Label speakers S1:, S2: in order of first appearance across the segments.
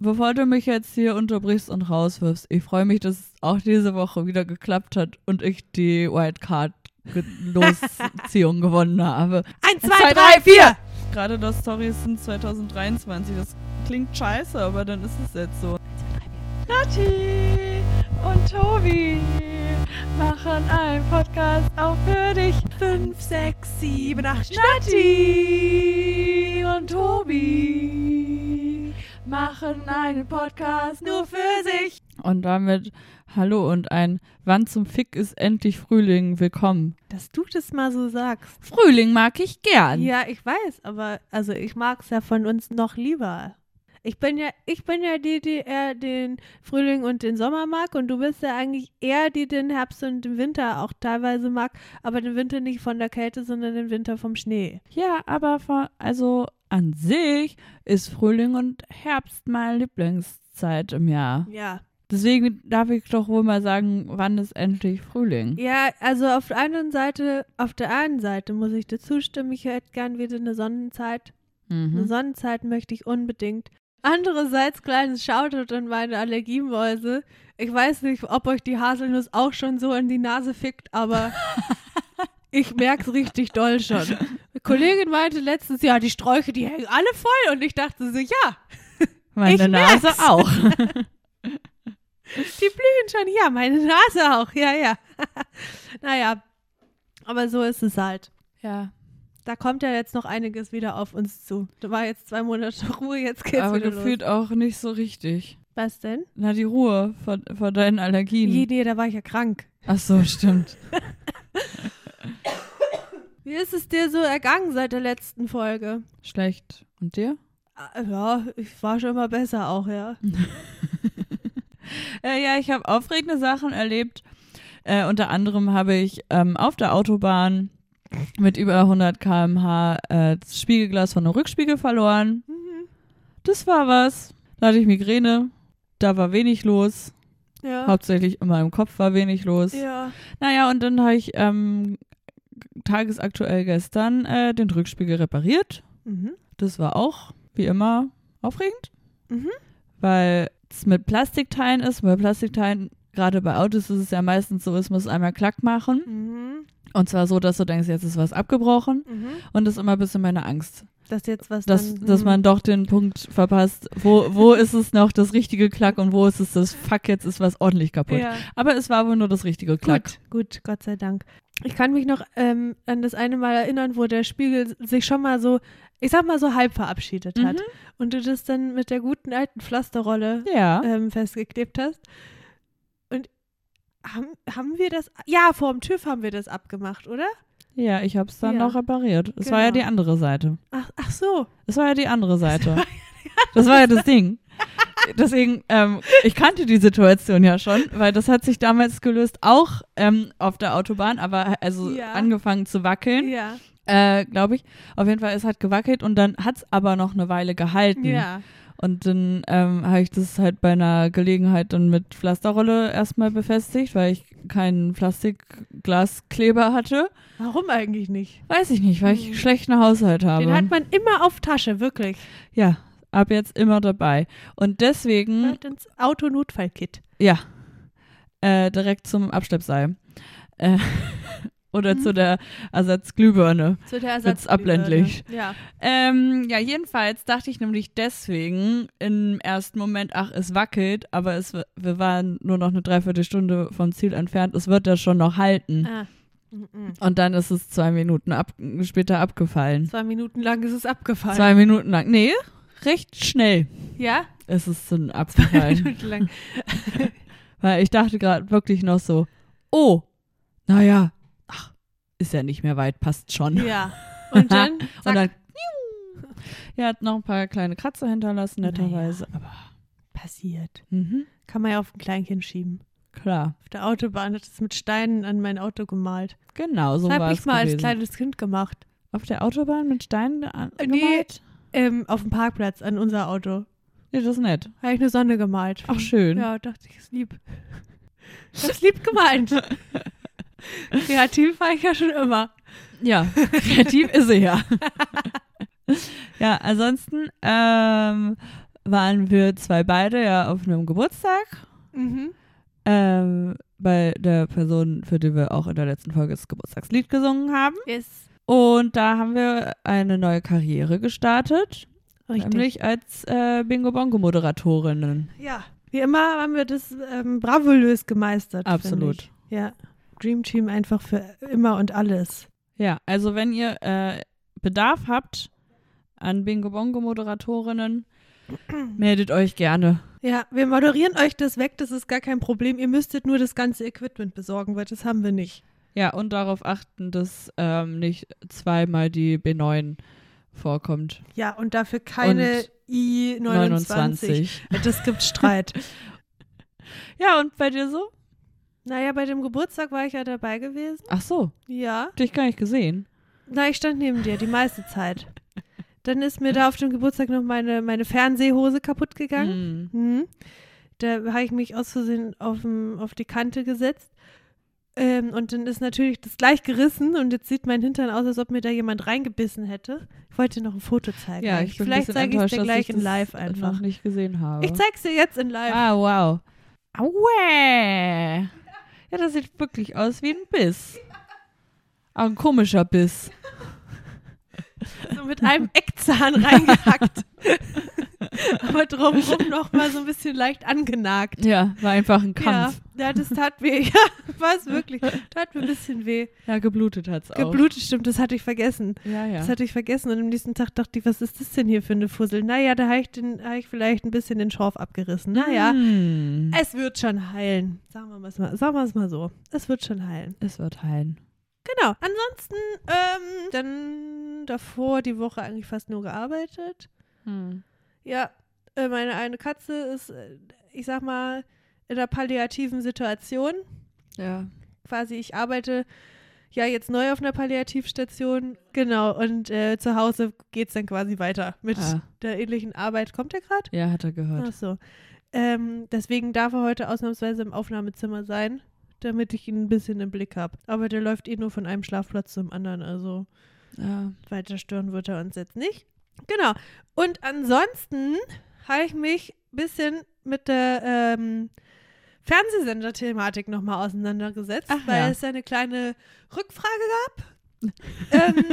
S1: bevor du mich jetzt hier unterbrichst und rauswirfst, ich freue mich, dass es auch diese Woche wieder geklappt hat und ich die Wildcard Ge- Losziehung gewonnen habe.
S2: Eins, zwei, drei, vier!
S1: Gerade das Story sind 2023. Das klingt scheiße, aber dann ist es jetzt so. Nati und Tobi machen einen Podcast auch für dich.
S2: Fünf, sechs, sieben, acht,
S1: Nati und Tobi machen einen Podcast nur für sich. Und damit hallo und ein Wann zum Fick ist endlich Frühling willkommen.
S2: Dass du das mal so sagst.
S1: Frühling mag ich gern.
S2: Ja, ich weiß, aber also ich mag es ja von uns noch lieber. Ich bin ja, ich bin ja die, die eher den Frühling und den Sommer mag und du bist ja eigentlich eher die, die den Herbst und den Winter auch teilweise mag, aber den Winter nicht von der Kälte, sondern den Winter vom Schnee.
S1: Ja, aber von, also an sich ist Frühling und Herbst meine Lieblingszeit im Jahr.
S2: Ja.
S1: Deswegen darf ich doch wohl mal sagen, wann ist endlich Frühling?
S2: Ja, also auf der anderen Seite, auf der einen Seite muss ich dir zustimmen, ich hätte gern wieder eine Sonnenzeit. Eine
S1: Mhm.
S2: Sonnenzeit möchte ich unbedingt. Andererseits, kleines Shoutout an meine Allergiemäuse. Ich weiß nicht, ob euch die Haselnuss auch schon so in die Nase fickt, aber ich merk's richtig doll schon. Eine Kollegin meinte letztens, ja, die Sträuche, die hängen alle voll. Und ich dachte so, ja,
S1: Meine
S2: Ich merk's.
S1: Nase auch.
S2: Die blühen schon hier, meine Nase auch. Ja, ja. naja, aber so ist es halt.
S1: ja,
S2: Da kommt ja jetzt noch einiges wieder auf uns zu. Da war jetzt zwei Monate Ruhe, jetzt geht's
S1: aber
S2: wieder
S1: gefühlt auch nicht so richtig.
S2: los. Was denn?
S1: Na, die Ruhe vor, vor deinen
S2: Je,
S1: Allergien.
S2: nee, da war ich ja krank.
S1: Ach so, stimmt.
S2: Wie ist es dir so ergangen seit der letzten Folge?
S1: Schlecht. Und dir?
S2: Ah, Ja, ich war schon mal besser auch, ja.
S1: Äh, ja, ich habe aufregende Sachen erlebt. Äh, unter anderem habe ich ähm, auf der Autobahn mit über 100 km/h äh, das Spiegelglas von einem Rückspiegel verloren. Das war was. Da hatte ich Migräne. Da war wenig los.
S2: Ja.
S1: Hauptsächlich in meinem Kopf war wenig los.
S2: Ah. Ja.
S1: Naja, und dann habe ich ähm, tagesaktuell gestern äh, den Rückspiegel repariert.
S2: Mhm.
S1: Das war auch, wie immer, aufregend.
S2: Mhm.
S1: Weil es mit Plastikteilen ist. Bei Plastikteilen, gerade bei Autos, ist es ja meistens so, es muss einmal Klack machen.
S2: Mhm.
S1: Und zwar so, dass du denkst, jetzt ist was abgebrochen.
S2: Mhm.
S1: Und das ist immer ein bisschen meine Angst,
S2: Dass jetzt was
S1: dass,
S2: dann, mhm.
S1: dass man doch den Punkt verpasst, wo, wo ist es noch das richtige Klack und wo ist es das Fuck, jetzt ist was ordentlich kaputt.
S2: Ja.
S1: Aber es war wohl nur das richtige Klack.
S2: Gut, gut, Gott sei Dank. Ich kann mich noch ähm, an das eine Mal erinnern, wo der Spiegel sich schon mal so, ich sag mal so halb verabschiedet hat.
S1: Mhm.
S2: Und du das dann mit der guten alten Pflasterrolle
S1: Ja.
S2: ähm, festgeklebt hast. Und haben, haben wir das, ja, vor dem TÜV haben wir das abgemacht, oder?
S1: Ja, ich habe es dann
S2: Ja.
S1: noch repariert. Es war
S2: Genau.
S1: ja die andere Seite.
S2: Ach, ach so.
S1: Das war ja die andere Seite. Das war ja das Ding. Deswegen, ähm, ich kannte die Situation ja schon, weil das hat sich damals gelöst, auch ähm, auf der Autobahn, aber also
S2: Ja.
S1: angefangen zu wackeln,
S2: Ja,
S1: äh, glaube ich. Auf jeden Fall, es hat gewackelt und dann hat es aber noch eine Weile gehalten.
S2: ja.
S1: Und dann ähm, habe ich das halt bei einer Gelegenheit dann mit Pflasterrolle erstmal befestigt, weil ich keinen Plastikglaskleber hatte.
S2: Warum eigentlich nicht?
S1: Weiß ich nicht, weil ich schlechten Haushalt habe.
S2: Mhm. Den hat man immer auf Tasche, wirklich.
S1: Ja, ab jetzt immer dabei. Und deswegen,
S2: Hört ins Autonotfallkit.
S1: ja, äh, direkt zum Abschleppseil. Äh, oder zu der Ersatzglühbirne.
S2: Zu der
S1: Wird's abländlich.
S2: Ja.
S1: Ähm, ja, jedenfalls dachte ich nämlich deswegen im ersten Moment, ach, es wackelt, aber es, w- wir waren nur noch eine Dreiviertelstunde vom Ziel entfernt, es wird das schon noch halten.
S2: Ah. Mhm.
S1: Und dann ist es zwei Minuten ab, später abgefallen.
S2: Zwei Minuten lang ist es abgefallen.
S1: Zwei Minuten lang. Nee, recht schnell
S2: ja?
S1: ist es dann abgefallen.
S2: Minuten lang.
S1: Weil ich dachte gerade wirklich noch so, oh, naja, ach, ist ja nicht mehr weit, passt schon.
S2: Ja. Und dann?
S1: Und
S2: zack.
S1: dann, er hat noch ein paar kleine Kratzer hinterlassen,
S2: Naja.
S1: netterweise. Aber
S2: passiert.
S1: mhm,
S2: Kann man ja auf ein Kleinkind schieben.
S1: klar,
S2: Auf der Autobahn hat es mit Steinen an mein Auto gemalt.
S1: genau so
S2: Das
S1: war
S2: habe
S1: es
S2: ich mal als
S1: gewesen.
S2: kleines Kind gemacht.
S1: Auf der Autobahn mit Steinen an-
S2: Äh, Nee.
S1: gemalt?
S2: Ähm, auf dem Parkplatz an unser Auto.
S1: Nee, das ist nett.
S2: Habe ich eine Sonne gemalt.
S1: Auch schön.
S2: Ja, dachte ich, ist lieb. Ich hab's lieb gemeint. Kreativ war ich ja schon immer.
S1: Ja, kreativ ist sie ja. ja, ansonsten ähm, waren wir zwei beide ja auf einem Geburtstag
S2: Mhm.
S1: ähm, bei der Person, für die wir auch in der letzten Folge das Geburtstagslied gesungen haben.
S2: Yes.
S1: Und da haben wir eine neue Karriere gestartet,
S2: Richtig.
S1: nämlich als äh, Bingo-Bongo-Moderatorinnen.
S2: Ja. Wie immer haben wir das ähm, bravulös gemeistert. finde
S1: Absolut.
S2: Ich. Ja. Dream Team einfach für immer und alles.
S1: Ja, also wenn ihr äh, Bedarf habt an Bingo-Bongo-Moderatorinnen, meldet euch gerne.
S2: Ja, wir moderieren euch das weg, das ist gar kein Problem. Ihr müsstet nur das ganze Equipment besorgen, weil das haben wir nicht.
S1: Ja, und darauf achten, dass ähm, nicht zweimal die B9 vorkommt.
S2: Ja, und dafür keine
S1: Und
S2: I29.
S1: 29.
S2: Das gibt Streit.
S1: Ja, und bei dir so?
S2: naja, bei dem Geburtstag war ich ja dabei gewesen.
S1: Ach so,
S2: Ja.
S1: dich gar nicht gesehen.
S2: Na, ich stand neben dir die meiste Zeit. Dann ist mir da auf dem Geburtstag noch meine, meine Fernsehhose kaputt gegangen.
S1: Hm.
S2: Mhm. Da habe ich mich aus Versehen aufm, auf die Kante gesetzt. Ähm, und dann ist natürlich das gleich gerissen und jetzt sieht mein Hintern aus, als ob mir da jemand reingebissen hätte. Ich wollte dir noch ein Foto zeigen.
S1: Ja,
S2: eigentlich.
S1: ich bin
S2: Äh, Vielleicht
S1: ein bisschen
S2: zeige ich
S1: enttäuscht,
S2: dir
S1: dass
S2: gleich
S1: ich
S2: in
S1: das
S2: live
S1: noch
S2: einfach.
S1: nicht gesehen habe.
S2: Ich zeig's dir jetzt in live.
S1: Ah, wow. Aue. Ja, das sieht wirklich aus wie ein Biss. Auch ein komischer Biss.
S2: So mit einem Eckzahn reingehackt. Aber drumherum noch mal so ein bisschen leicht angenagt.
S1: Ja, war einfach ein Kampf.
S2: Ja, ja, das tat weh. Ja, war es wirklich. Tat mir ein bisschen weh.
S1: Ja, geblutet hat's auch.
S2: Geblutet, stimmt, das hatte ich vergessen.
S1: Ja, ja.
S2: Das hatte ich vergessen und am nächsten Tag dachte ich, was ist das denn hier für eine Fussel? Naja, da habe ich, den- hab ich vielleicht ein bisschen den Schorf abgerissen.
S1: ah,
S2: Naja,
S1: Hm.
S2: es wird schon heilen. Sagen wir mal's mal, sagen wir es mal so. Es wird schon heilen.
S1: Es wird heilen.
S2: Genau. Ansonsten, ähm, dann davor die Woche eigentlich fast nur gearbeitet. Hm. Ja, äh, meine eine Katze ist, äh, ich sag mal, in einer palliativen Situation.
S1: Ja.
S2: Quasi, ich arbeite ja jetzt neu auf einer Palliativstation. Genau, und äh, zu Hause geht es dann quasi weiter mit
S1: Ah.
S2: der ähnlichen Arbeit. Kommt er gerade?
S1: Ja, hat er gehört.
S2: Ach so. Ähm, deswegen darf er heute ausnahmsweise im Aufnahmezimmer sein, damit ich ihn ein bisschen im Blick habe. Aber der läuft eh nur von einem Schlafplatz zum anderen, also
S1: Ja.
S2: weiter stören wird er uns jetzt nicht. Genau. Und ansonsten habe ich mich ein bisschen mit der ähm, Fernsehsender-Thematik nochmal auseinandergesetzt,
S1: Ach
S2: weil
S1: ja.
S2: es eine kleine Rückfrage gab. ähm,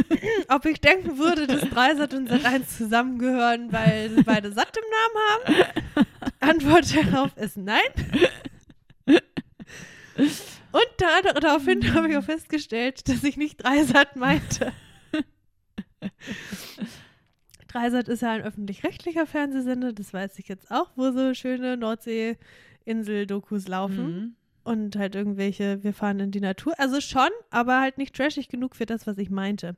S2: ob ich denken würde, dass Dreisat und Sat1 zusammengehören, weil sie beide Sat im Namen haben? Die Antwort darauf ist nein. Und da, daraufhin habe ich auch festgestellt, dass ich nicht Dreisat meinte. Dreisat ist ja ein öffentlich-rechtlicher Fernsehsender, das weiß ich jetzt auch, wo so schöne Nordsee-Insel-Dokus laufen
S1: Mhm.
S2: und halt irgendwelche, wir fahren in die Natur. Also schon, aber halt nicht trashig genug für das, was ich meinte.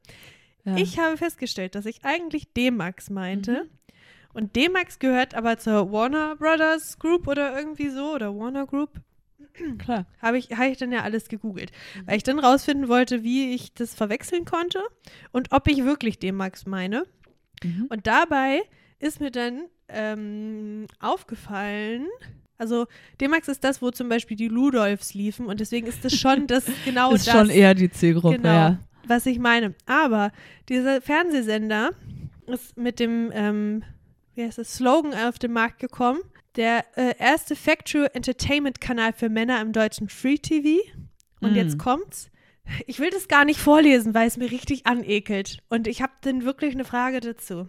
S1: Ja.
S2: Ich habe festgestellt, dass ich eigentlich D-Max meinte.
S1: Mhm.
S2: Und D-Max gehört aber zur Warner Brothers Group oder irgendwie so, oder Warner Group.
S1: Klar.
S2: Habe ich, habe ich dann ja alles gegoogelt,
S1: Mhm.
S2: weil ich dann rausfinden wollte, wie ich das verwechseln konnte und ob ich wirklich D-Max meine.
S1: Mhm.
S2: Und dabei ist mir dann ähm, aufgefallen, also D-Max ist das, wo zum Beispiel die Ludolfs liefen und deswegen ist das schon das genau
S1: Ist
S2: das,
S1: schon eher die Zielgruppe,
S2: genau,
S1: ja.
S2: was ich meine. Aber dieser Fernsehsender ist mit dem, ähm, wie heißt das, Slogan auf den Markt gekommen. Der äh, erste Factual Entertainment Kanal für Männer im deutschen Free TV. Und
S1: Mm.
S2: jetzt kommt's. Ich will das gar nicht vorlesen, weil es mir richtig anekelt. Und ich habe dann wirklich eine Frage dazu.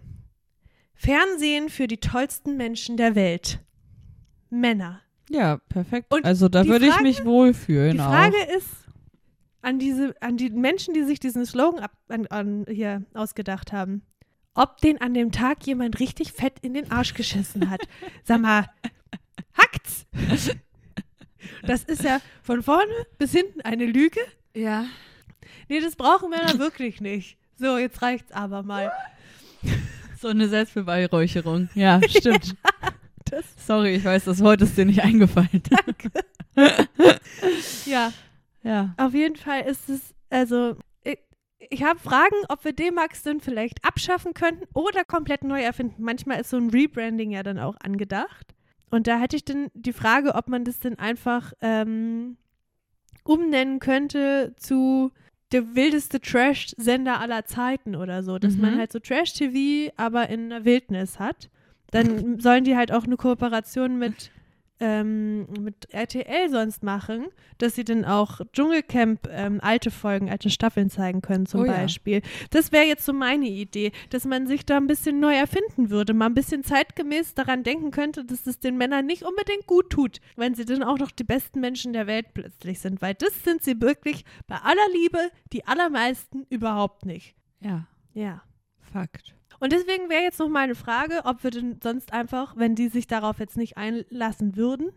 S2: Fernsehen für die tollsten Menschen der Welt. Männer.
S1: Ja, perfekt.
S2: Und
S1: also da
S2: die
S1: würde ich
S2: Frage-
S1: mich wohlfühlen
S2: Die Frage ist an diese, an die Menschen, die sich diesen Slogan ab, an, an, hier ausgedacht haben, ob den an dem Tag jemand richtig fett in den Arsch geschissen hat. Sag mal, hackt's? Das ist ja von vorne bis hinten eine Lüge.
S1: auch. Ja.
S2: Nee, das brauchen Männer wirklich nicht. So, jetzt reicht's aber mal.
S1: So eine Selbstbeweihräucherung. Ja, stimmt.
S2: Das-
S1: Sorry, ich weiß, das Wort ist dir nicht eingefallen.
S2: Ja,
S1: ja.
S2: auf jeden Fall ist es, also, ich, ich habe Fragen, ob wir D-Max dann vielleicht abschaffen könnten oder komplett neu erfinden. Manchmal ist so ein Rebranding ja dann auch angedacht. Und da hatte ich dann die Frage, ob man das denn einfach ähm, umnennen könnte zu der wildeste Trash-Sender aller Zeiten oder so. Dass
S1: Mhm.
S2: man halt so Trash-TV, aber in der Wildnis hat. Dann sollen die halt auch eine Kooperation mit, ähm, mit RTL sonst machen, dass sie dann auch Dschungelcamp ähm, alte Folgen, alte Staffeln zeigen können zum
S1: Oh ja.
S2: Beispiel. Das wäre jetzt so meine Idee, dass man sich da ein bisschen neu erfinden würde, mal ein bisschen zeitgemäß daran denken könnte, dass es den Männern nicht unbedingt gut tut, wenn sie dann auch noch die besten Menschen der Welt plötzlich sind, weil das sind sie wirklich bei aller Liebe die allermeisten überhaupt nicht.
S1: Ja,
S2: Ja.
S1: Fakt.
S2: Und deswegen wäre jetzt noch meine Frage, ob wir denn sonst einfach, wenn die sich darauf jetzt nicht einlassen würden,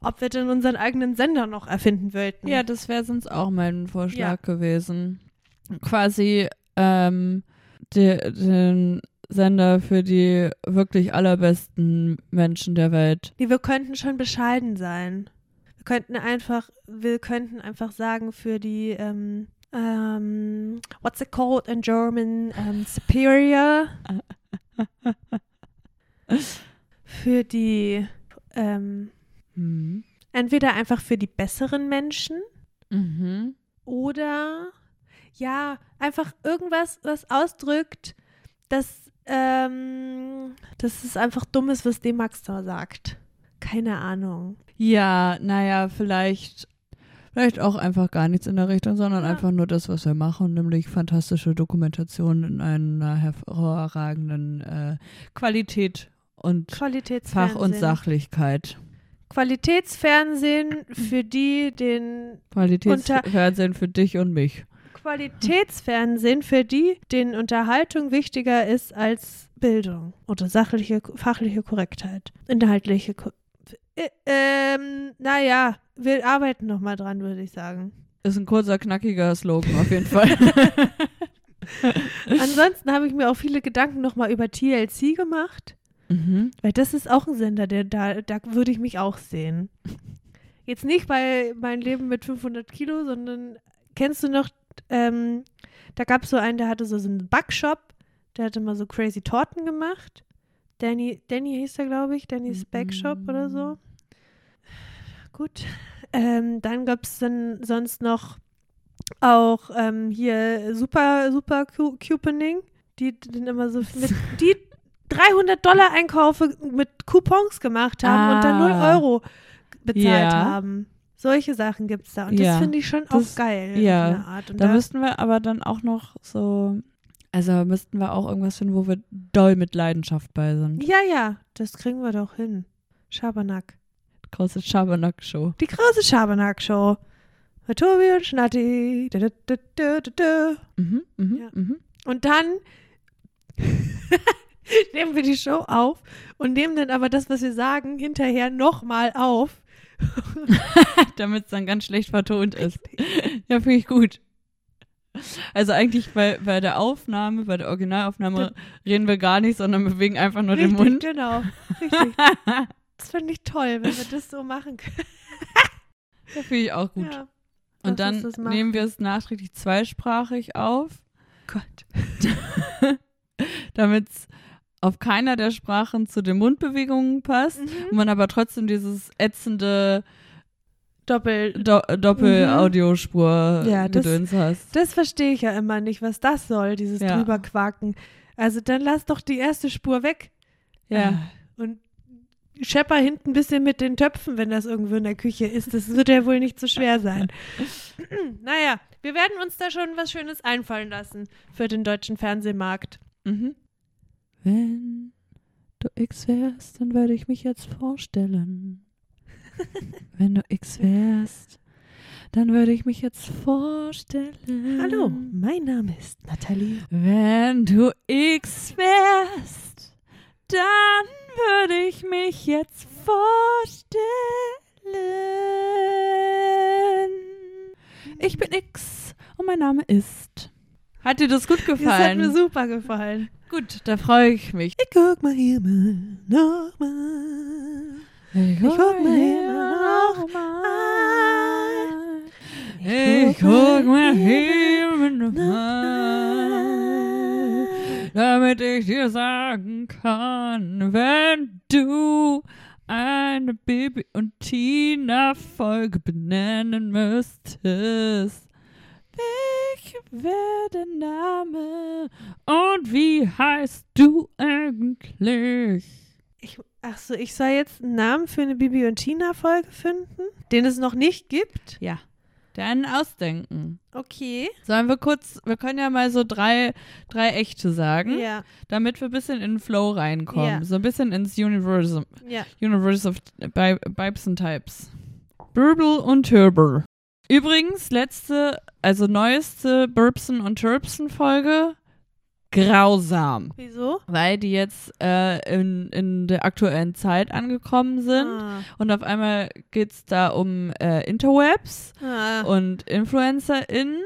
S2: ob wir denn unseren eigenen Sender noch erfinden wollten.
S1: Ja, das wäre sonst auch mein
S2: Ja.
S1: Vorschlag gewesen. Quasi ähm, de, den Sender für die wirklich allerbesten Menschen der Welt.
S2: Nee, wir könnten schon bescheiden sein. Wir könnten einfach, wir könnten einfach sagen für die, ähm, ähm, what's it called in German? Ähm, superior. für die, ähm,
S1: Mhm.
S2: entweder einfach für die besseren Menschen
S1: Mhm.
S2: Oder ja, einfach irgendwas, was ausdrückt, dass, ähm, dass es einfach dumm ist, was D-Max da sagt. Keine Ahnung.
S1: Ja, naja, vielleicht, vielleicht auch einfach gar nichts in der Richtung, sondern
S2: Ja.
S1: einfach nur das, was wir machen, nämlich fantastische Dokumentationen in einer hervorragenden äh, Qualität und
S2: Qualitätsfernsehen.
S1: Fach und Sachlichkeit.
S2: Qualitätsfernsehen für die, den Unter-
S1: Qualitätsfernsehen für dich und mich.
S2: Qualitätsfernsehen für die, denen Unterhaltung wichtiger ist als Bildung oder sachliche, fachliche Korrektheit, inhaltliche. Ko äh, ähm, naja, wir arbeiten noch mal dran, würde ich sagen.
S1: Ist ein kurzer, knackiger Slogan auf jeden Fall.
S2: Ansonsten habe ich mir auch viele Gedanken nochmal über TLC gemacht,
S1: mhm.
S2: weil das ist auch ein Sender, der da, da würde ich mich auch sehen. Jetzt nicht bei mein Leben mit 500 Kilo, sondern kennst du noch, ähm, da gab es so einen, der hatte so, so einen Backshop, der hat immer so crazy Torten gemacht. Danny, Danny hieß er, glaube ich, Dannys Backshop oder so. Gut. Ähm, dann gab es dann sonst noch auch ähm, hier Super, Super Cu- Couponing. Die dann immer so mit, die 300 Dollar Einkäufe mit Coupons gemacht haben und dann 0
S1: Ah.
S2: Euro bezahlt
S1: Ja.
S2: haben. Solche Sachen gibt es da. Und das
S1: Ja.
S2: finde ich schon
S1: Das-
S2: auch geil.
S1: ja.
S2: Auf eine Art. Und
S1: Da müssten wir aber dann auch noch so, also müssten wir auch irgendwas finden, wo wir doll mit Leidenschaft bei sind.
S2: ja, ja, das kriegen wir doch hin. Schabernack.
S1: Große Schabernack-Show.
S2: Die große Schabernack-Show. Mit Tobi und Schnatti. Du, du, du, du, du, du.
S1: Mhm, mhm,
S2: Ja.
S1: mhm.
S2: Und dann nehmen wir die Show auf und nehmen dann aber das, was wir sagen, hinterher nochmal auf.
S1: Damit es dann ganz schlecht vertont ist. ja, finde ich gut. Also eigentlich bei, bei der Aufnahme, bei der Originalaufnahme reden wir gar nicht, sondern bewegen einfach nur den Mund.
S2: genau. Richtig. Das finde ich toll, wenn wir das so machen können.
S1: Das finde ich auch gut.
S2: Ja. Lass
S1: Und dann
S2: uns das machen.
S1: nehmen wir es nachträglich zweisprachig auf,
S2: Gott.
S1: damit es auf keiner der Sprachen zu den Mundbewegungen passt
S2: Mhm.
S1: und man aber trotzdem dieses ätzende
S2: Doppel.
S1: Do Doppel-Audiospur
S2: Ja, das-
S1: gedöns hast.
S2: Das verstehe ich ja immer nicht, was das soll, dieses
S1: Ja.
S2: drüberquaken. Also dann lass doch die erste Spur weg
S1: Ja.
S2: und schepper hinten ein bisschen mit den Töpfen, wenn das irgendwo in der Küche ist. Das wird ja wohl nicht so schwer sein. naja, wir werden uns da schon was Schönes einfallen lassen für den deutschen Fernsehmarkt.
S1: Mhm. Wenn du X wärst, dann würde ich mich jetzt vorstellen. Wenn du X wärst, dann würde ich mich jetzt vorstellen.
S2: Hallo, mein Name ist Nathalie.
S1: Wenn du X wärst, dann würde ich mich jetzt vorstellen. Ich bin X und mein Name ist. Hat dir das gut
S2: Das hat mir
S1: gefallen?
S2: super gefallen.
S1: gut, da freue ich mich.
S2: Ich guck mal hier mal nochmal.
S1: Ich
S2: guck mir immer noch
S1: mal.
S2: Ich
S1: Ich
S2: guck
S1: guck mir
S2: mir
S1: hier noch mal, damit ich dir sagen kann, wenn du eine Baby- und Tina-Folge benennen müsstest. Welcher wäre der Name und wie heißt du eigentlich?
S2: Ich, ach so, ich soll jetzt einen Namen für eine Bibi und Tina-Folge finden, den es noch nicht gibt.
S1: Ja. Dann ausdenken.
S2: Okay.
S1: Sollen wir kurz, wir können ja mal so drei, drei echte sagen,
S2: Ja,
S1: damit wir ein bisschen in den Flow reinkommen.
S2: Ja.
S1: So ein bisschen ins Universum.
S2: ja.
S1: Universe of Bi- Bibes and Types. Burble und Turble. Übrigens, letzte, also neueste Burbsen und Turbsen Folge, grausam.
S2: Wieso?
S1: Weil die jetzt äh, in, in der aktuellen Zeit angekommen sind.
S2: Ah.
S1: Und auf einmal geht es da um äh, Interwebs
S2: Ah.
S1: und InfluencerInnen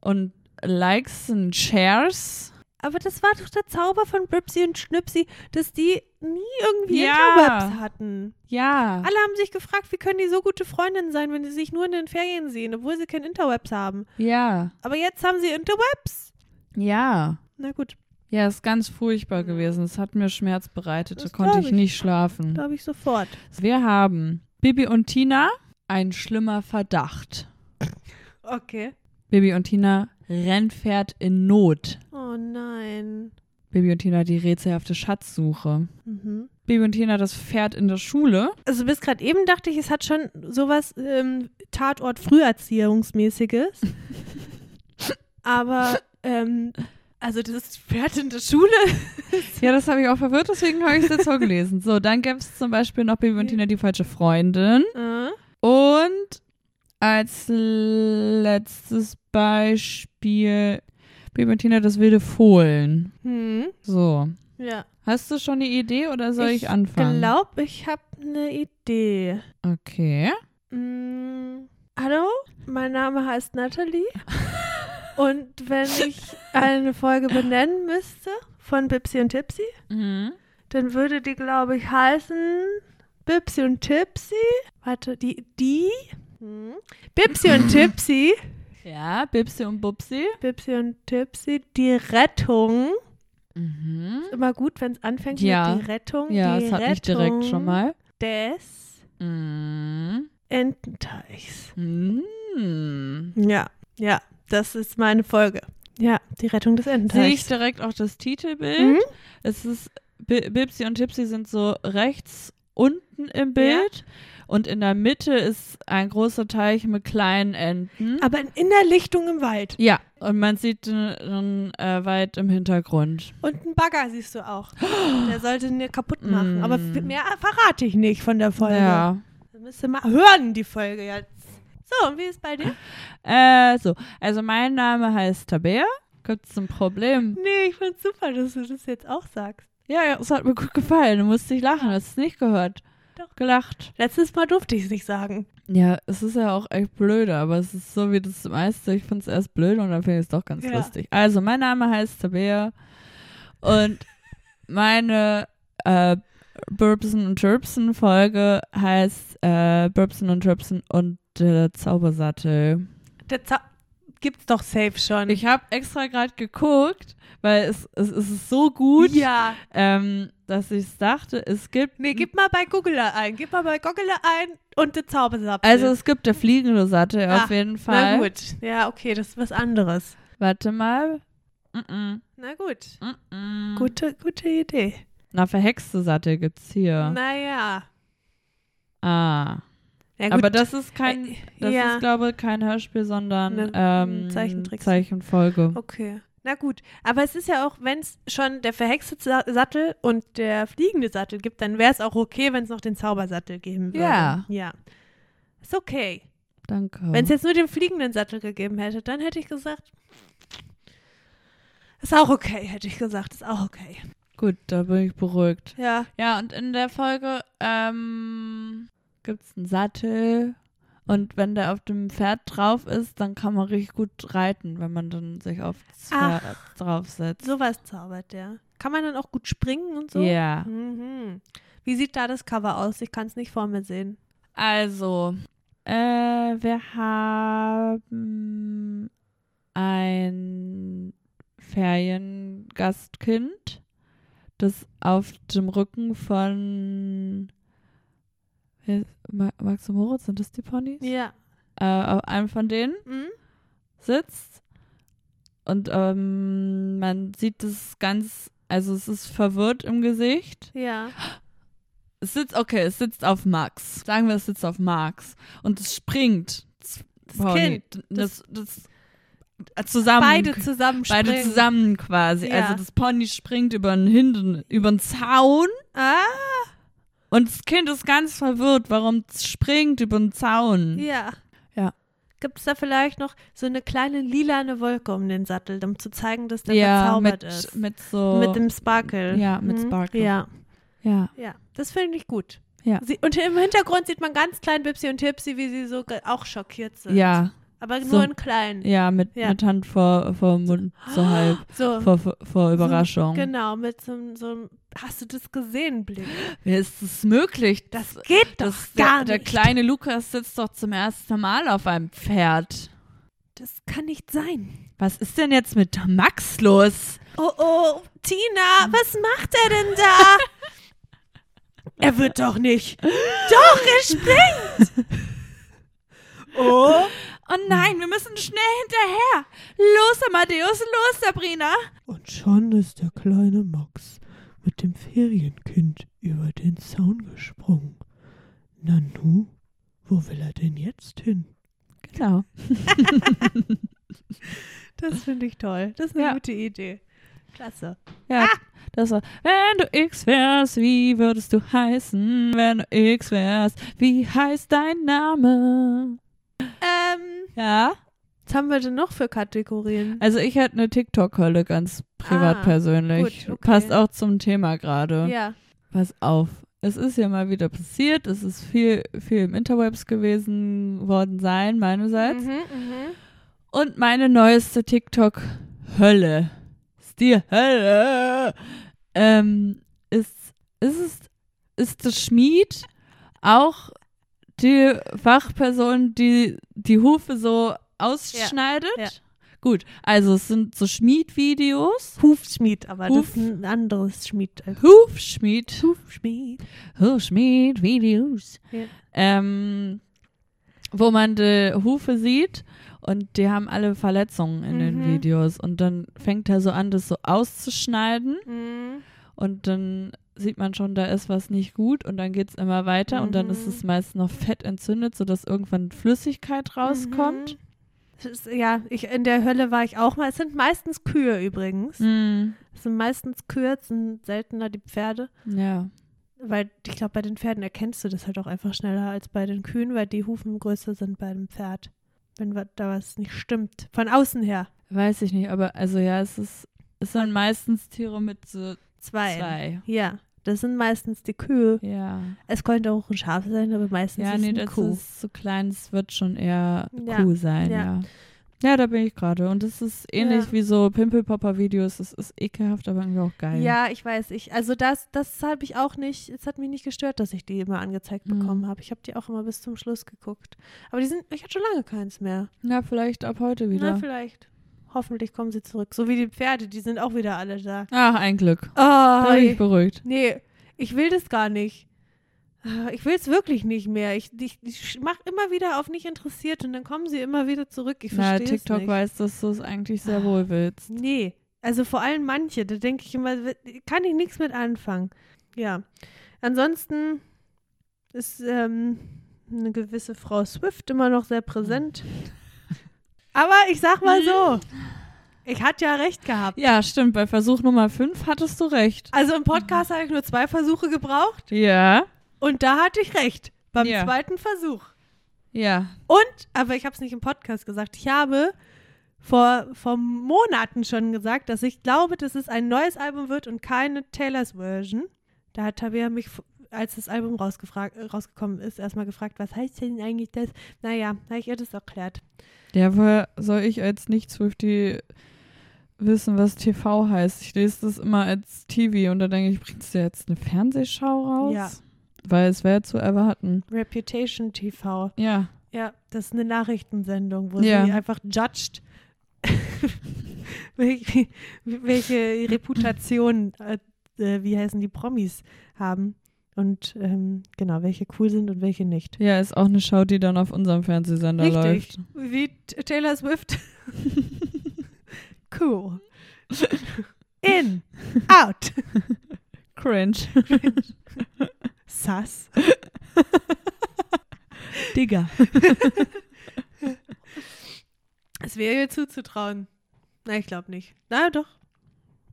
S1: und Likes und Shares.
S2: Aber das war doch der Zauber von Bripsy und Schnipsy, dass die nie irgendwie
S1: Ja.
S2: Interwebs hatten.
S1: Ja.
S2: Alle haben sich gefragt, wie können die so gute Freundinnen sein, wenn sie sich nur in den Ferien sehen, obwohl sie kein Interwebs haben.
S1: Ja.
S2: Aber jetzt haben sie Interwebs.
S1: Ja.
S2: Na gut,
S1: Ja, ist ganz furchtbar gewesen. Es hat mir Schmerz bereitet. Da
S2: Das
S1: konnte
S2: glaub
S1: ich,
S2: ich.
S1: nicht schlafen.
S2: glaube ich sofort.
S1: Wir haben Bibi und Tina, ein schlimmer Verdacht.
S2: Okay.
S1: Bibi und Tina, Rennpferd in Not.
S2: Oh nein.
S1: Bibi und Tina, die rätselhafte Schatzsuche.
S2: Mhm.
S1: Bibi und Tina, das Pferd in der Schule.
S2: Also bis gerade eben dachte ich, es hat schon sowas ähm, Tatort Früherziehungsmäßiges. Aber ähm, also das Pferd in der Schule.
S1: Ja, das habe ich auch verwirrt, deswegen habe ich es jetzt vorgelesen. So, dann gäbe es zum Beispiel noch Bibi und Tina, die falsche Freundin.
S2: Äh,
S1: Und als letztes Beispiel Bibi und Tina, das wilde Fohlen.
S2: Hm.
S1: So.
S2: Ja.
S1: Hast du schon eine Idee oder soll ich,
S2: ich
S1: anfangen?
S2: glaube, ich habe eine Idee.
S1: Okay.
S2: Mm, hallo, mein Name heißt Natalie. und wenn ich eine Folge benennen müsste von Bipsy und Tipsy,
S1: Mhm.
S2: dann würde die, glaube ich, heißen Bipsy und Tipsy. Warte, die, die? Hm. Bipsy und Tipsy.
S1: Ja, Bipsi und Bupsi.
S2: Bipsy und Tipsy, die Rettung.
S1: Mhm.
S2: Immer gut, wenn es anfängt
S1: Ja.
S2: mit die Rettung.
S1: Ja,
S2: die
S1: es hat
S2: Rettung
S1: mich direkt schon mal.
S2: Des
S1: Mhm.
S2: Ententeichs.
S1: Mhm.
S2: Ja, ja, das ist meine Folge. Ja, die Rettung des
S1: Sehe ich
S2: Ententeichs.
S1: direkt auch das Titelbild.
S2: Mhm.
S1: Es ist Bi- Bipsi und Tipsi sind so rechts unten im Bild und in der Mitte ist ein großer Teich mit kleinen Enten.
S2: Aber in inner Lichtung im Wald.
S1: ja, und man sieht einen äh, weit im Hintergrund.
S2: Und einen Bagger siehst du auch. Der sollte ihn dir kaputt machen.
S1: Mm.
S2: Aber f- mehr verrate ich nicht von der Folge.
S1: Ja.
S2: Das müsst ihr mal hören, die Folge jetzt. So, und wie ist bei dir?
S1: Äh, so, also mein Name heißt Tabea. Gibt's ein Problem?
S2: Nee, ich find's super, dass du das jetzt auch sagst.
S1: Ja, ja, es hat mir gut gefallen. Du musst nicht lachen, hast es nicht gehört.
S2: Doch.
S1: Gelacht.
S2: Letztes Mal durfte ich es nicht sagen.
S1: Ja, es ist ja auch echt blöde, aber es ist so wie das meiste. Ich find's erst blöd und dann finde ich es doch ganz
S2: Ja.
S1: lustig. Also, mein Name heißt Tabea und meine äh, Burbsen und Turpsen Folge heißt äh, Burbsen und Turpsen und der Zaubersattel.
S2: Der Za gibt's doch safe schon.
S1: Ich habe extra gerade geguckt, weil es, es, es ist so gut,
S2: Ja.
S1: ähm, dass ich dachte, es gibt.
S2: Nee, gib mal bei Google ein. Gib mal bei Google ein und der Zaubersatz.
S1: also es gibt der fliegende Sattel
S2: Ah,
S1: auf jeden
S2: Na
S1: Fall.
S2: gut. Ja, okay, das ist was anderes.
S1: Warte mal. Mm
S2: Na gut.
S1: -mm, mm -mm.
S2: Gute, gute Idee.
S1: Na, verhexte Sattel gibt's hier.
S2: Naja.
S1: Ah.
S2: Ja, gut. Äh,
S1: Aber das ist kein, das
S2: ja.
S1: ist, glaube ich, kein Hörspiel, sondern
S2: Ne-
S1: ähm,
S2: Zeichentrick-
S1: Zeichenfolge.
S2: Okay. Na gut. Aber es ist ja auch, wenn es schon der verhexte Sa- Sattel und der fliegende Sattel gibt, dann wäre es auch okay, wenn es noch den Zaubersattel geben würde.
S1: Ja.
S2: Ja. Ist okay.
S1: Danke.
S2: Wenn es jetzt nur den fliegenden Sattel gegeben hätte, dann hätte ich gesagt. Ist auch okay, hätte ich gesagt. Ist auch okay.
S1: gut, da bin ich beruhigt.
S2: Ja.
S1: Ja, und in der Folge ähm, gibt es einen Sattel. Und wenn der auf dem Pferd drauf ist, dann kann man richtig gut reiten, wenn man dann sich auf das
S2: Ach.
S1: Pferd draufsetzt.
S2: Sowas zaubert der. Kann man dann auch gut springen und so?
S1: Ja.
S2: Mhm. Wie sieht da das Cover aus? Ich kann es nicht vor mir sehen.
S1: Also, äh, wir haben ein Feriengastkind, das auf dem Rücken von wer- Ma- Max und Moritz, sind das die Ponys?
S2: Ja.
S1: Äh, auf einem von denen.
S2: Mhm.
S1: sitzt und ähm, man sieht es ganz, also es ist verwirrt im Gesicht
S2: Ja.
S1: Es sitzt, okay, es sitzt auf Max. Sagen wir, es sitzt auf Max. Und es springt. Das, Pauli,
S2: Kind,
S1: Das, das, äh, zusammen.
S2: Beide zusammen springen.
S1: Beide zusammen quasi.
S2: Ja.
S1: Also das Pony springt über einen Hinden, über einen Zaun
S2: Ah,
S1: und das Kind ist ganz verwirrt, warum es springt über einen Zaun.
S2: ja.
S1: Ja.
S2: Gibt es da vielleicht noch so eine kleine lilane Wolke um den Sattel, um zu zeigen, dass der
S1: Ja,
S2: verzaubert
S1: mit,
S2: ist?
S1: mit so.
S2: mit dem Sparkle.
S1: Ja, mit
S2: Mhm.
S1: Sparkle.
S2: Ja,
S1: ja.
S2: ja. Das finde ich gut.
S1: Ja.
S2: Sie, und im Hintergrund sieht man ganz klein Bipsi und Tipsy, wie sie so ge- auch schockiert sind.
S1: ja,
S2: Aber
S1: So-
S2: nur in klein.
S1: ja, mit,
S2: Ja. Ah,
S1: mit Hand vor, vor dem Mund, so halb,
S2: So.
S1: vor, vor- vor Überraschung.
S2: Genau, mit so, einem- so einem, hast du das gesehen, Blick?
S1: Wie ist es möglich?
S2: Das geht doch
S1: das,
S2: gar
S1: der, der
S2: nicht.
S1: kleine Lukas sitzt doch zum ersten Mal auf einem Pferd.
S2: das kann nicht sein.
S1: Was ist denn jetzt mit Max los?
S2: Oh, oh, Tina, was macht er denn da? er wird doch nicht. Doch, er springt. oh.
S1: Oh nein, wir müssen schnell hinterher. Los, Amadeus, los, Sabrina.
S3: Und schon ist der kleine Max mit dem Ferienkind über den Zaun gesprungen. Nanu, wo will er denn jetzt hin?
S1: Genau.
S2: Das finde ich toll. Das ist eine
S1: Ja.
S2: gute Idee. Klasse.
S1: Ja, das war, wenn du X wärst, wie würdest du heißen? Wenn du X wärst, wie heißt dein Name?
S2: Ähm,
S1: Ja.
S2: was haben wir denn noch für Kategorien?
S1: Also ich hätte eine TikTok-Hölle ganz privat
S2: Ah,
S1: persönlich.
S2: gut, okay.
S1: Passt auch zum Thema gerade.
S2: ja.
S1: Pass auf. Es ist ja mal wieder passiert. Es ist viel, viel im Interwebs gewesen worden sein, meinerseits.
S2: Mhm, mhm.
S1: Und meine neueste TikTok-Hölle. Ist die Hölle. Ähm, ist, ist es, ist der Schmied auch die Fachperson, die die Hufe so ausschneidet?
S2: Ja, ja.
S1: Gut, also es sind so Schmiedvideos.
S2: Hufschmied, aber
S1: Huf-
S2: das ist ein anderes Schmied. als
S1: Hufschmied.
S2: Hufschmied.
S1: Hufschmied-Videos.
S2: Ja.
S1: Ähm, wo man die Hufe sieht und die haben alle Verletzungen in den
S2: Mhm.
S1: Videos. Und dann fängt er so an, das so auszuschneiden
S2: Mhm.
S1: und dann sieht man schon, da ist was nicht gut und dann geht es immer weiter und dann ist
S2: Mhm.
S1: es meist noch fett entzündet, sodass irgendwann Flüssigkeit rauskommt.
S2: Mhm. Das Ist, ja, ich, in der Hölle war ich auch mal. Es sind meistens Kühe übrigens.
S1: Mhm.
S2: Es sind meistens Kühe, es sind seltener die Pferde.
S1: Ja.
S2: Weil ich glaube, bei den Pferden erkennst du das halt auch einfach schneller als bei den Kühen, weil die Hufen größer sind bei dem Pferd. Wenn wa- da was nicht stimmt. Von außen her.
S1: Weiß ich nicht, aber also ja, es ist, es sind meistens Tiere mit so
S2: Zwei.
S1: zwei.
S2: Ja, das sind meistens die Kühe.
S1: Ja.
S2: Es könnte auch ein Schaf sein, aber meistens
S1: Ja,
S2: ist
S1: nee,
S2: es eine
S1: das
S2: Kuh.
S1: ist so klein, es wird schon eher
S2: Ja.
S1: Kuh sein, ja.
S2: Ja.
S1: ja. da bin ich gerade. Und es ist ähnlich
S2: Ja.
S1: wie so Pimpelpopper-Videos. Es ist ekelhaft, aber irgendwie auch geil.
S2: Ja, ich weiß. Ich, also das, das habe ich auch nicht, es hat mich nicht gestört, dass ich die immer angezeigt
S1: Mhm.
S2: bekommen habe. Ich habe die auch immer bis zum Schluss geguckt. Aber die sind, ich hatte schon lange keins mehr.
S1: Na, vielleicht ab heute wieder.
S2: Na, vielleicht. Hoffentlich kommen sie zurück. So wie die Pferde, die sind auch wieder alle da.
S1: Ach, ein Glück. Da bin ich
S2: Oh,
S1: beruhigt.
S2: nee, ich will das gar nicht. Ah, Ich will es wirklich nicht mehr. Ich, ich, ich mache immer wieder auf nicht interessiert und dann kommen sie immer wieder zurück. Ich
S1: Na,
S2: verstehe es
S1: TikTok
S2: nicht. Ah.
S1: weiß, dass du es eigentlich sehr wohl willst.
S2: Nee, also vor allem manche, da denke ich immer, w- kann ich nichts mit anfangen. Ja. Ansonsten ist ähm, eine gewisse Frau Swift immer noch sehr präsent. Aber ich sag mal so, ich hatte ja recht gehabt.
S1: Mhm. Ja, stimmt. Bei Versuch Nummer 5 hattest du recht.
S2: Also im Podcast habe ich nur zwei Versuche gebraucht
S1: Ja.
S2: und da hatte ich recht. Beim
S1: Ja.
S2: zweiten Versuch.
S1: Ja.
S2: Und, aber ich habe es nicht im Podcast gesagt, ich habe vor, vor Monaten schon gesagt, dass ich glaube, dass es ein neues Album wird und keine Taylors Version. Da hat Tabea mich, f- als das Album rausgefragt, äh, rausgekommen ist, erstmal gefragt, was heißt denn eigentlich das? Naja, habe ich ihr das erklärt.
S1: Ja, woher soll ich als nicht Swifty wissen, was TV heißt? Ich lese das immer als TV und da denke ich, bringst du jetzt eine Fernsehschau raus?
S2: Ja.
S1: Weil es wäre zu erwarten.
S2: Reputation TV.
S1: Ja.
S2: Ja, das ist eine Nachrichtensendung, wo
S1: Ja.
S2: sie einfach judged, welche, welche Reputation, äh, äh, wie heißen die Promis haben und ähm, genau, welche cool sind und welche nicht.
S1: Ja, ist auch eine Schau, die dann auf unserem Fernsehsender
S2: Richtig,
S1: läuft.
S2: wie T- Taylor Swift. cool. In, out,
S1: Cringe.
S2: Sass.
S1: Digga.
S2: Es wäre ihr zuzutrauen. Na, ich glaube nicht. Na, doch.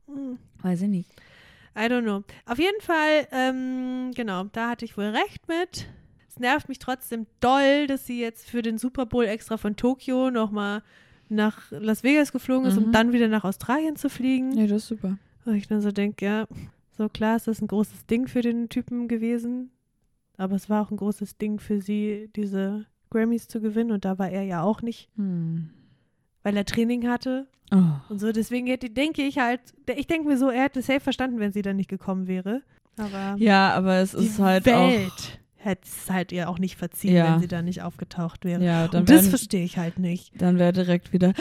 S2: Hm.
S1: Weiß ich nicht.
S2: I don't know. Auf jeden Fall, ähm, genau, da hatte ich wohl recht mit. Es nervt mich trotzdem doll, dass sie jetzt für den Super Bowl extra von Tokio nochmal nach Las Vegas geflogen ist, um
S1: Mhm.
S2: dann wieder nach Australien zu fliegen.
S1: Nee, das ist super.
S2: Und ich dann so denke, ja, so klar ist das ein großes Ding für den Typen gewesen, aber es war auch ein großes Ding für sie, diese Grammys zu gewinnen und da war er ja auch nicht,
S1: Hm.
S2: weil er Training hatte
S1: Oh.
S2: und so. Deswegen hätte, denke ich halt, ich denke mir so, er hätte es safe verstanden, wenn sie dann nicht gekommen wäre. Aber
S1: Ja, aber es
S2: die
S1: ist halt
S2: Welt hätte es halt ihr auch nicht verziehen,
S1: Ja.
S2: wenn sie da nicht aufgetaucht
S1: auch.
S2: wäre.
S1: Ja, dann
S2: Und das
S1: wäre
S2: verstehe ich halt nicht.
S1: dann wär direkt wieder.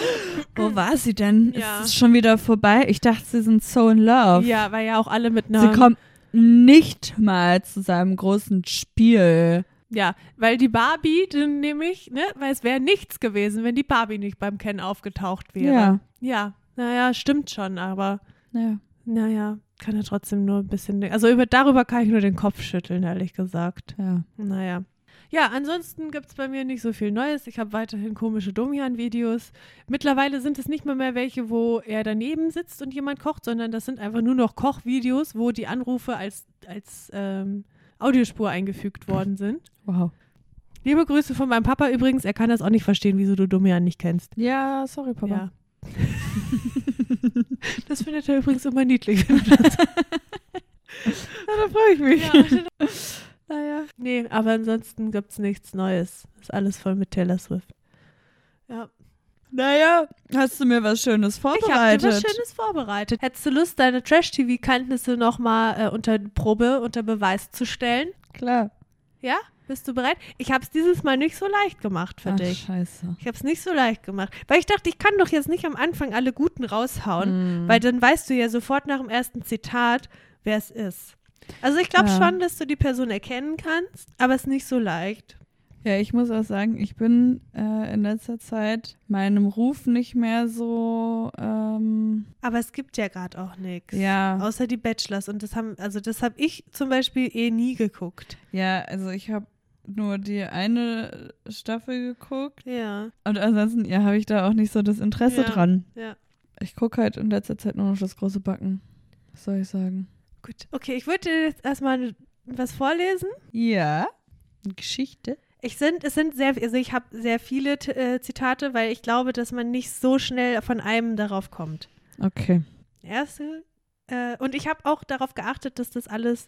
S1: Wo war sie denn?
S2: Ja.
S1: Es ist schon wieder vorbei. Ich dachte, sie sind so in love.
S2: Ja, weil ja auch alle mit einer.
S1: Sie kommt nicht mal zu seinem großen Spiel.
S2: Ja, weil die Barbie, dann nämlich, ne, weil es wäre nichts gewesen, wenn die Barbie nicht beim Ken aufgetaucht wäre.
S1: Ja.
S2: Ja, naja, stimmt schon, aber
S1: ja.
S2: naja, kann er trotzdem nur ein bisschen. Also über, darüber kann ich nur den Kopf schütteln, ehrlich gesagt.
S1: Ja.
S2: Naja. Ja, ansonsten gibt es bei mir nicht so viel Neues. Ich habe weiterhin komische Domian-Videos. Mittlerweile sind es nicht mal mehr welche, wo er daneben sitzt und jemand kocht, sondern das sind einfach nur noch Kochvideos, wo die Anrufe als, als ähm, Audiospur eingefügt worden sind.
S1: Wow.
S2: Liebe Grüße von meinem Papa übrigens. Er kann das auch nicht verstehen, wieso du Domian nicht kennst.
S1: Ja, sorry, Papa.
S2: Ja. das findet er übrigens immer niedlich. wenn du das- Na, da freue ich mich. naja. Nee, aber ansonsten gibt es nichts Neues. Ist alles voll mit Taylor Swift. Ja.
S1: Naja, hast du mir was Schönes
S2: Ich habe
S1: vorbereitet?
S2: dir was Schönes vorbereitet. Hättest du Lust, deine Trash-TV-Kenntnisse nochmal äh, unter Probe, unter Beweis zu stellen?
S1: Klar.
S2: Ja? Bist du bereit? Ich habe es dieses Mal nicht so leicht gemacht für
S1: Ach,
S2: dich.
S1: scheiße.
S2: Ich habe es nicht so leicht gemacht, weil ich dachte, ich kann doch jetzt nicht am Anfang alle Guten raushauen,
S1: Mm.
S2: weil dann weißt du ja sofort nach dem ersten Zitat, wer es ist. Also ich glaube
S1: Ja.
S2: schon, dass du die Person erkennen kannst, aber es ist nicht so leicht.
S1: Ja, ich muss auch sagen, ich bin äh, in letzter Zeit meinem Ruf nicht mehr so. Ähm,
S2: Aber es gibt ja gerade auch nichts.
S1: ja.
S2: Außer die Bachelors und das haben, also das habe ich zum Beispiel eh nie geguckt.
S1: Ja, also ich habe nur die eine Staffel geguckt
S2: Ja,
S1: und ansonsten ja, habe ich da auch nicht so das Interesse
S2: Ja.
S1: dran.
S2: ja.
S1: Ich gucke halt in letzter Zeit nur noch das große Backen. Was soll ich sagen?
S2: Gut. Okay, ich würde dir jetzt erstmal was vorlesen.
S1: Ja. Geschichte.
S2: Ich sind, es sind sehr, also ich habe sehr viele t- äh, Zitate, weil ich glaube, dass man nicht so schnell von einem darauf kommt.
S1: Okay.
S2: erste. Äh, und ich habe auch darauf geachtet, dass das alles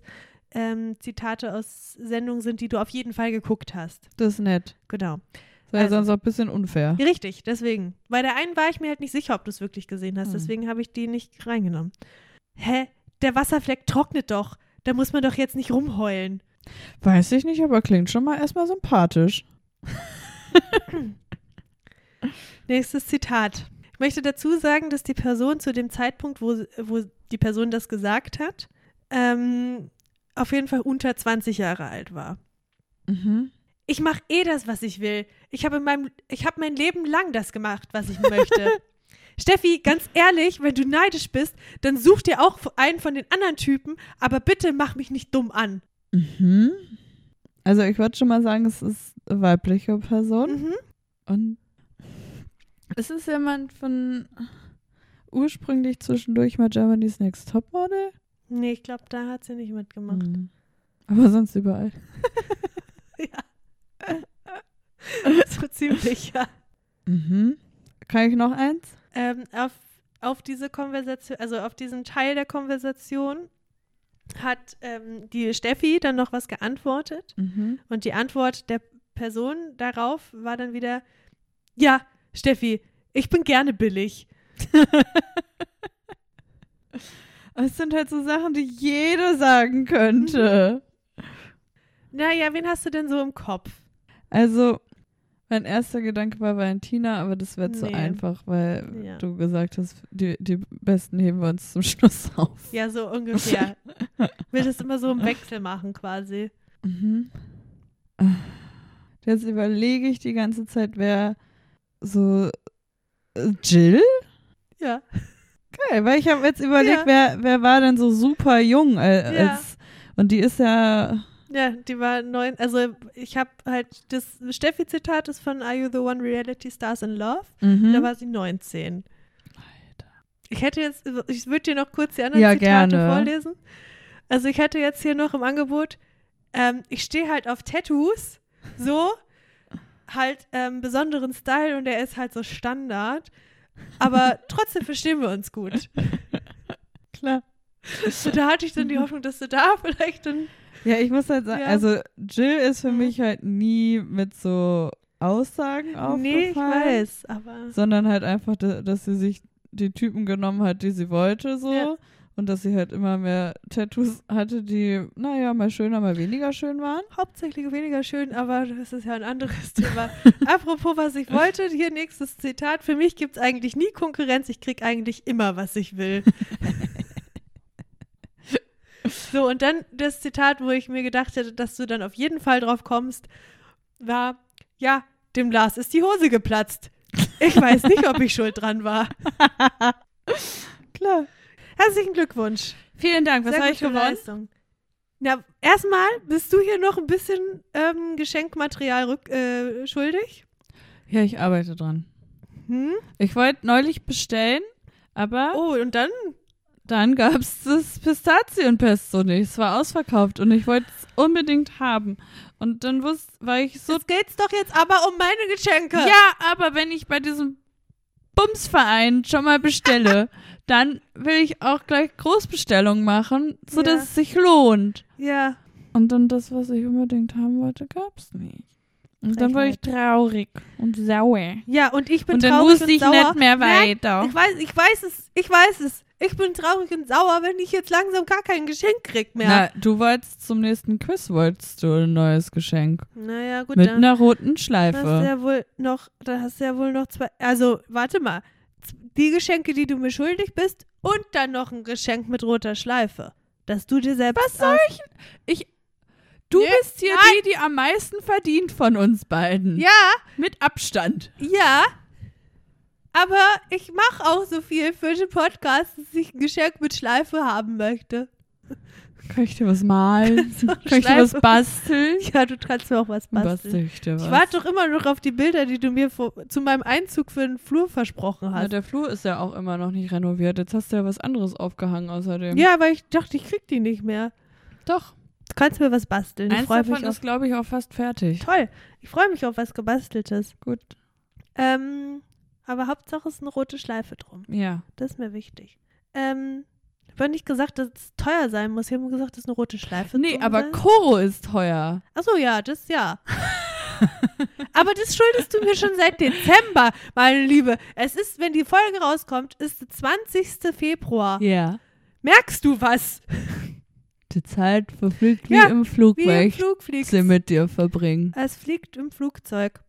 S2: ähm, Zitate aus Sendungen sind, die du auf jeden Fall geguckt hast.
S1: Das ist nett.
S2: Genau.
S1: Das wäre
S2: Also-
S1: sonst auch ein bisschen unfair.
S2: Richtig, deswegen. Bei der einen war ich mir halt nicht sicher, ob du es wirklich gesehen hast,
S1: Hm.
S2: deswegen habe ich die nicht reingenommen. Hä? Der Wasserfleck trocknet doch. Da muss man doch jetzt nicht rumheulen.
S1: Weiß ich nicht, aber klingt schon mal erstmal sympathisch.
S2: Nächstes Zitat. Ich möchte dazu sagen, dass die Person zu dem Zeitpunkt, wo, wo die Person das gesagt hat, ähm, auf jeden Fall unter 20 Jahre alt war.
S1: Mhm.
S2: ich mache eh das, was ich will. Ich habe in meinem, ich habe mein Leben lang das gemacht, was ich möchte. Steffi, ganz ehrlich, wenn du neidisch bist, dann such dir auch einen von den anderen Typen, aber bitte mach mich nicht dumm an.
S1: Mhm. Also ich würde schon mal sagen, es ist eine weibliche Person.
S2: Mhm.
S1: Und es ist jemand von ursprünglich zwischendurch mal Germany's Next Topmodel.
S2: Nee, ich glaube, da hat sie nicht mitgemacht.
S1: Mhm. Aber sonst überall.
S2: so ziemlich, ja.
S1: Mhm. Kann ich noch eins?
S2: Ähm, auf, auf diese Konversation, also auf diesen Teil der Konversation hat ähm, die Steffi dann noch was geantwortet.
S1: Mhm.
S2: Und die Antwort der Person darauf war dann wieder, ja, Steffi, ich bin gerne billig.
S1: Aber es sind halt so Sachen, die jeder sagen könnte.
S2: Mhm. Naja, wen hast du denn so im Kopf?
S1: Also, mein erster Gedanke war Valentina, aber das wird zu
S2: Nee.
S1: einfach, weil
S2: Ja.
S1: du gesagt hast, die, die Besten heben wir uns zum Schluss auf.
S2: Ja, so ungefähr. Will das immer so im Wechsel machen quasi.
S1: Mhm. Jetzt überlege ich die ganze Zeit, wer so äh, Jill?
S2: Ja.
S1: Geil, weil ich habe jetzt überlegt,
S2: Ja.
S1: äh, wer, wer war denn so super jung al-
S2: Ja.
S1: als und die ist ja
S2: Ja, die war neun. Also ich habe halt das Steffi-Zitat ist von Are You the One Reality Stars in Love?
S1: Mhm.
S2: Da war sie 19. Ich hätte jetzt, also ich würde dir noch kurz die anderen
S1: Ja,
S2: Zitate
S1: gerne.
S2: vorlesen. Also ich hatte jetzt hier noch im Angebot, ähm, ich stehe halt auf Tattoos, so halt ähm, besonderen Style und der ist halt so Standard, aber trotzdem verstehen wir uns gut.
S1: Klar.
S2: So, da hatte ich dann die Hoffnung, dass du da vielleicht dann
S1: Ja, ich muss halt sagen,
S2: Ja.
S1: also Jill ist für
S2: Mhm.
S1: mich halt nie mit so Aussagen aufgefallen.
S2: Nee, ich weiß, aber
S1: Sondern halt einfach, da- dass sie sich die Typen genommen hat, die sie wollte, so.
S2: Ja.
S1: Und dass sie halt immer mehr Tattoos hatte, die, naja, mal schöner, mal weniger schön waren.
S2: hauptsächlich weniger schön, aber das ist ja ein anderes Thema. Apropos, was ich wollte, hier nächstes Zitat. Für mich gibt es eigentlich nie Konkurrenz, ich krieg eigentlich immer, was ich will. so, und dann das Zitat, wo ich mir gedacht hätte, dass du dann auf jeden Fall drauf kommst, war, ja, dem Lars ist die Hose geplatzt. Ich weiß nicht, ob ich schuld dran war.
S1: Klar.
S2: Herzlichen Glückwunsch.
S1: Vielen Dank. Was
S2: Sehr
S1: habe ich
S2: gute
S1: gewonnen?
S2: Leistung. Na, erstmal bist du hier noch ein bisschen ähm, Geschenkmaterial rück, äh, schuldig.
S1: Ja, ich arbeite dran.
S2: Hm?
S1: Ich wollte neulich bestellen, aber
S2: Oh, und dann?
S1: dann gab es das Pistazienpesto nicht. Es war ausverkauft und ich wollte es unbedingt haben. Und dann wusste, war ich so
S2: So geht's doch jetzt aber um meine Geschenke.
S1: Ja, aber wenn ich bei diesem Bumsverein schon mal bestelle, dann will ich auch gleich Großbestellungen machen, sodass
S2: Ja.
S1: es sich lohnt.
S2: Ja.
S1: Und dann das, was ich unbedingt haben wollte, gab's nicht. Und dann war ich traurig und sauer.
S2: Ja, und ich bin
S1: und dann
S2: traurig
S1: wusste
S2: und
S1: ich
S2: sauer.
S1: nicht mehr
S2: Nein,
S1: weiter.
S2: Ich weiß, ich weiß es, ich weiß es. Ich bin traurig und sauer, wenn ich jetzt langsam gar kein Geschenk krieg mehr.
S1: Na, du wolltest zum nächsten Quiz, wolltest du ein neues Geschenk.
S2: naja, gut,
S1: mit
S2: dann äh,
S1: einer roten
S2: hast du
S1: Schleife.
S2: ja wohl noch, da hast du ja wohl noch zwei, also warte mal, Z- die Geschenke, die du mir schuldig bist und dann noch ein Geschenk mit roter Schleife, dass du dir selbst Was soll ich?
S1: Du
S2: Nee,
S1: bist hier
S2: nein.
S1: die, die am meisten verdient von uns beiden.
S2: Ja,
S1: Mit Abstand.
S2: ja, aber ich mache auch so viel für den Podcast, dass ich ein Geschenk mit Schleife haben möchte.
S1: Kann ich dir was malen? Kann ich dir was
S2: Schleife.
S1: basteln?
S2: Ja, du kannst mir auch was basteln.
S1: Bastel ich dir was?
S2: Ich warte doch immer noch auf die Bilder, die du mir vor, zu meinem Einzug für den Flur versprochen
S1: Na,
S2: hast.
S1: der Flur ist ja auch immer noch nicht renoviert. Jetzt hast du ja was anderes aufgehangen außerdem.
S2: Ja, aber ich dachte, ich krieg die nicht mehr.
S1: doch.
S2: Du kannst mir was basteln. Ich
S1: Eins
S2: freue
S1: davon
S2: mich auf
S1: ist, glaube ich, auch fast fertig.
S2: Toll. Ich freue mich auf was Gebasteltes.
S1: Gut.
S2: Ähm, aber Hauptsache es ist eine rote Schleife drum.
S1: Ja.
S2: Das ist mir wichtig. Ähm, ich habe nicht gesagt, dass es teuer sein muss. Ich habe nur gesagt, dass eine rote Schleife
S1: Nee,
S2: drum
S1: aber
S2: sein.
S1: Koro ist teuer.
S2: Achso, ja, das ja. aber das schuldest du mir schon seit Dezember, meine Liebe. Es ist, wenn die Folge rauskommt, ist der 20. Februar.
S1: Ja.
S2: Merkst du was?
S1: Die Zeit verfliegt wie
S2: Ja,
S1: im Flug,
S2: Wie
S1: weil
S2: im Äh,
S1: ich
S2: Flug fliegt.
S1: sie mit dir verbringen.
S2: Es fliegt im Flugzeug.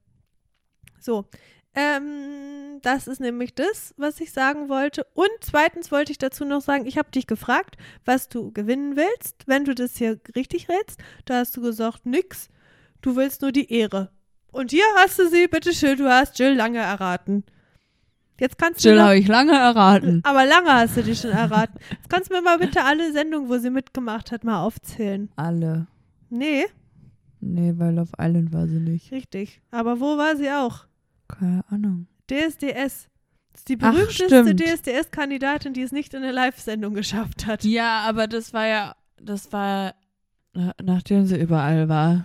S2: So. Ähm, das ist nämlich das, was ich sagen wollte. Und zweitens wollte ich dazu noch sagen, ich habe dich gefragt, was du gewinnen willst, wenn du das hier richtig rätst. Da hast du gesagt, nix. Du willst nur die Ehre. Und hier hast du sie, bitteschön, du hast Jill lange erraten. Jetzt kannst du.
S1: Jill
S2: noch-
S1: habe ich lange erraten.
S2: aber lange hast du die schon erraten. Jetzt kannst du mir mal bitte alle Sendungen, wo sie mitgemacht hat, mal aufzählen.
S1: Alle.
S2: Nee,
S1: Nee, weil auf Island war sie nicht.
S2: richtig. Aber wo war sie auch?
S1: Keine Ahnung.
S2: DSDS. Das ist die
S1: Ach,
S2: berühmteste
S1: stimmt.
S2: DSDS-Kandidatin, die es nicht in eine Live-Sendung geschafft hat.
S1: Ja, aber das war ja, das war, na- nachdem sie überall war.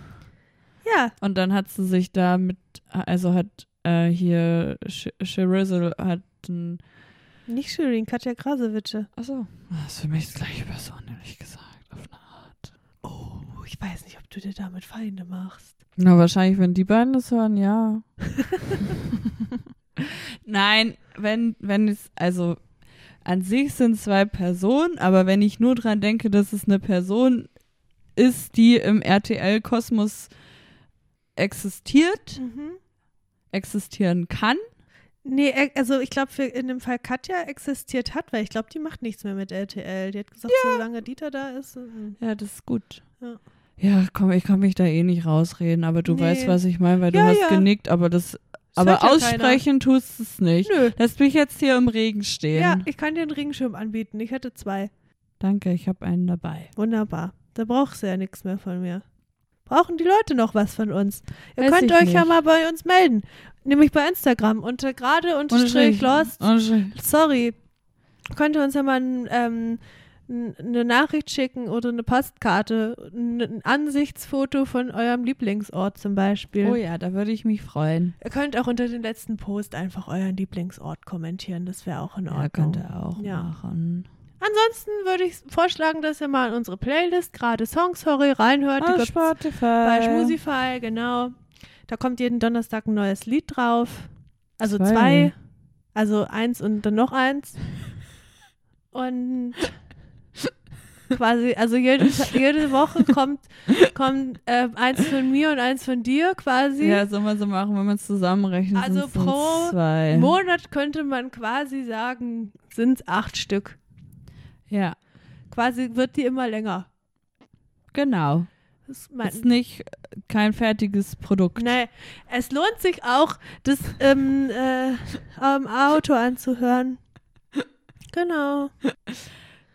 S2: Ja,
S1: Und dann hat sie sich da mit, also hat äh, hier Sh- Shirizzle hat ein,
S2: nicht Shirin, Katja Krasowitsche.
S1: achso, das ist für mich das gleiche Person, ehrlich gesagt, auf eine Art.
S2: Oh, ich weiß nicht, ob du dir damit Feinde machst.
S1: Na, wahrscheinlich, wenn die beiden das hören, ja. Nein, wenn, wenn es, also an sich sind zwei Personen, aber wenn ich nur dran denke, dass es eine Person ist, die im RTL-Kosmos existiert,
S2: Mhm.
S1: existieren kann,
S2: Nee, äh, also ich glaube, in dem Fall Katja existiert hat, weil ich glaube, die macht nichts mehr mit RTL. Die hat gesagt, solange Dieter da ist. mm.
S1: Ja, das ist gut.
S2: Ja.
S1: Ja, komm, ich kann mich da eh nicht rausreden, aber du
S2: Nee.
S1: weißt, was ich meine, weil du
S2: Ja,
S1: hast
S2: ja.
S1: genickt, aber das,
S2: Das
S1: aber
S2: hört ja
S1: aussprechen tust es nicht.
S2: Keiner. Nö.
S1: Lass mich jetzt hier im Regen stehen.
S2: Ja, ich kann dir einen Regenschirm anbieten. Ich hätte zwei.
S1: Danke, ich habe einen dabei.
S2: Wunderbar. Da brauchst du ja nichts mehr von mir. brauchen die Leute noch was von uns? Ihr
S1: Weiß
S2: könnt
S1: ich
S2: euch ja
S1: nicht.
S2: mal bei uns melden. Nämlich bei Instagram unter gerade unterstrich lost.
S1: Unterstrich.
S2: Sorry. Könnt ihr uns ja mal n- ähm, n- eine Nachricht schicken oder eine Postkarte, n- ein Ansichtsfoto von eurem Lieblingsort zum Beispiel.
S1: Oh ja, da würde ich mich freuen.
S2: Ihr könnt auch unter den letzten Post einfach euren Lieblingsort kommentieren, das wäre auch in Ordnung.
S1: Ja, könnt ihr auch
S2: Ja.
S1: machen.
S2: Ansonsten würde ich vorschlagen, dass ihr mal in unsere Playlist gerade Songs Sorry reinhört. Die
S1: Auf
S2: gibt's
S1: Ah, Spotify.
S2: bei Schmusify, genau. Da kommt jeden Donnerstag ein neues Lied drauf. Also
S1: Zwei.
S2: zwei. Also eins und dann noch eins. Und quasi, also jede, jede Woche kommt, kommt äh, eins von mir und eins von dir quasi.
S1: Ja, soll man so machen, wenn man es zusammenrechnet.
S2: Also
S1: sind's dann
S2: pro
S1: zwei.
S2: Monat könnte man quasi sagen, sind es acht Stück.
S1: Ja,
S2: Quasi wird die immer länger.
S1: genau.
S2: Das ist mein,
S1: Ist nicht kein fertiges Produkt.
S2: Nein, es lohnt sich auch, das im äh, am Auto anzuhören. Genau.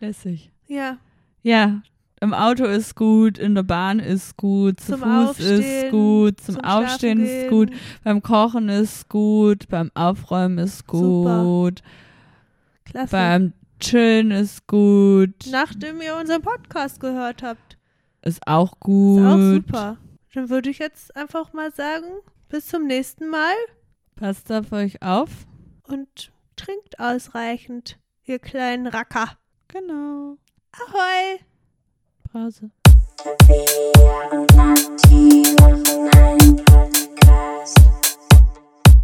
S1: Lässig.
S2: Ja,
S1: Ja, im Auto ist gut, in der Bahn ist gut, zu
S2: Zum
S1: Fuß ist
S2: Aufstehen,
S1: gut, zum,
S2: zum
S1: Aufstehen
S2: Schlafen
S1: ist gut,
S2: gehen.
S1: beim Kochen ist gut, beim Aufräumen ist
S2: Super.
S1: gut,
S2: klasse.
S1: beim Chillen ist gut,
S2: Nachdem ihr unseren Podcast gehört habt.
S1: ist auch
S2: Ist
S1: gut.
S2: auch super. Dann würde ich jetzt einfach mal sagen, bis zum nächsten Mal
S1: Passt auf euch auf.
S2: und trinkt ausreichend, ihr kleinen Racker.
S1: Genau.
S2: Ahoi!
S1: Pause.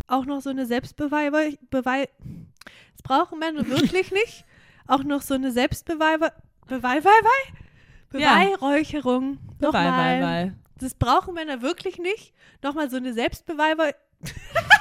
S2: auch noch so eine Selbstbeweihräucherung. Das brauchen Männer wirklich nicht. Auch noch so eine Selbstbeweihräucherung.
S1: Ja.
S2: Beweihräucherung.
S1: Bye, bye,
S2: Nochmal.
S1: bye.
S2: Das brauchen Männer wirklich nicht. Nochmal so eine Selbstbeweihräucherung.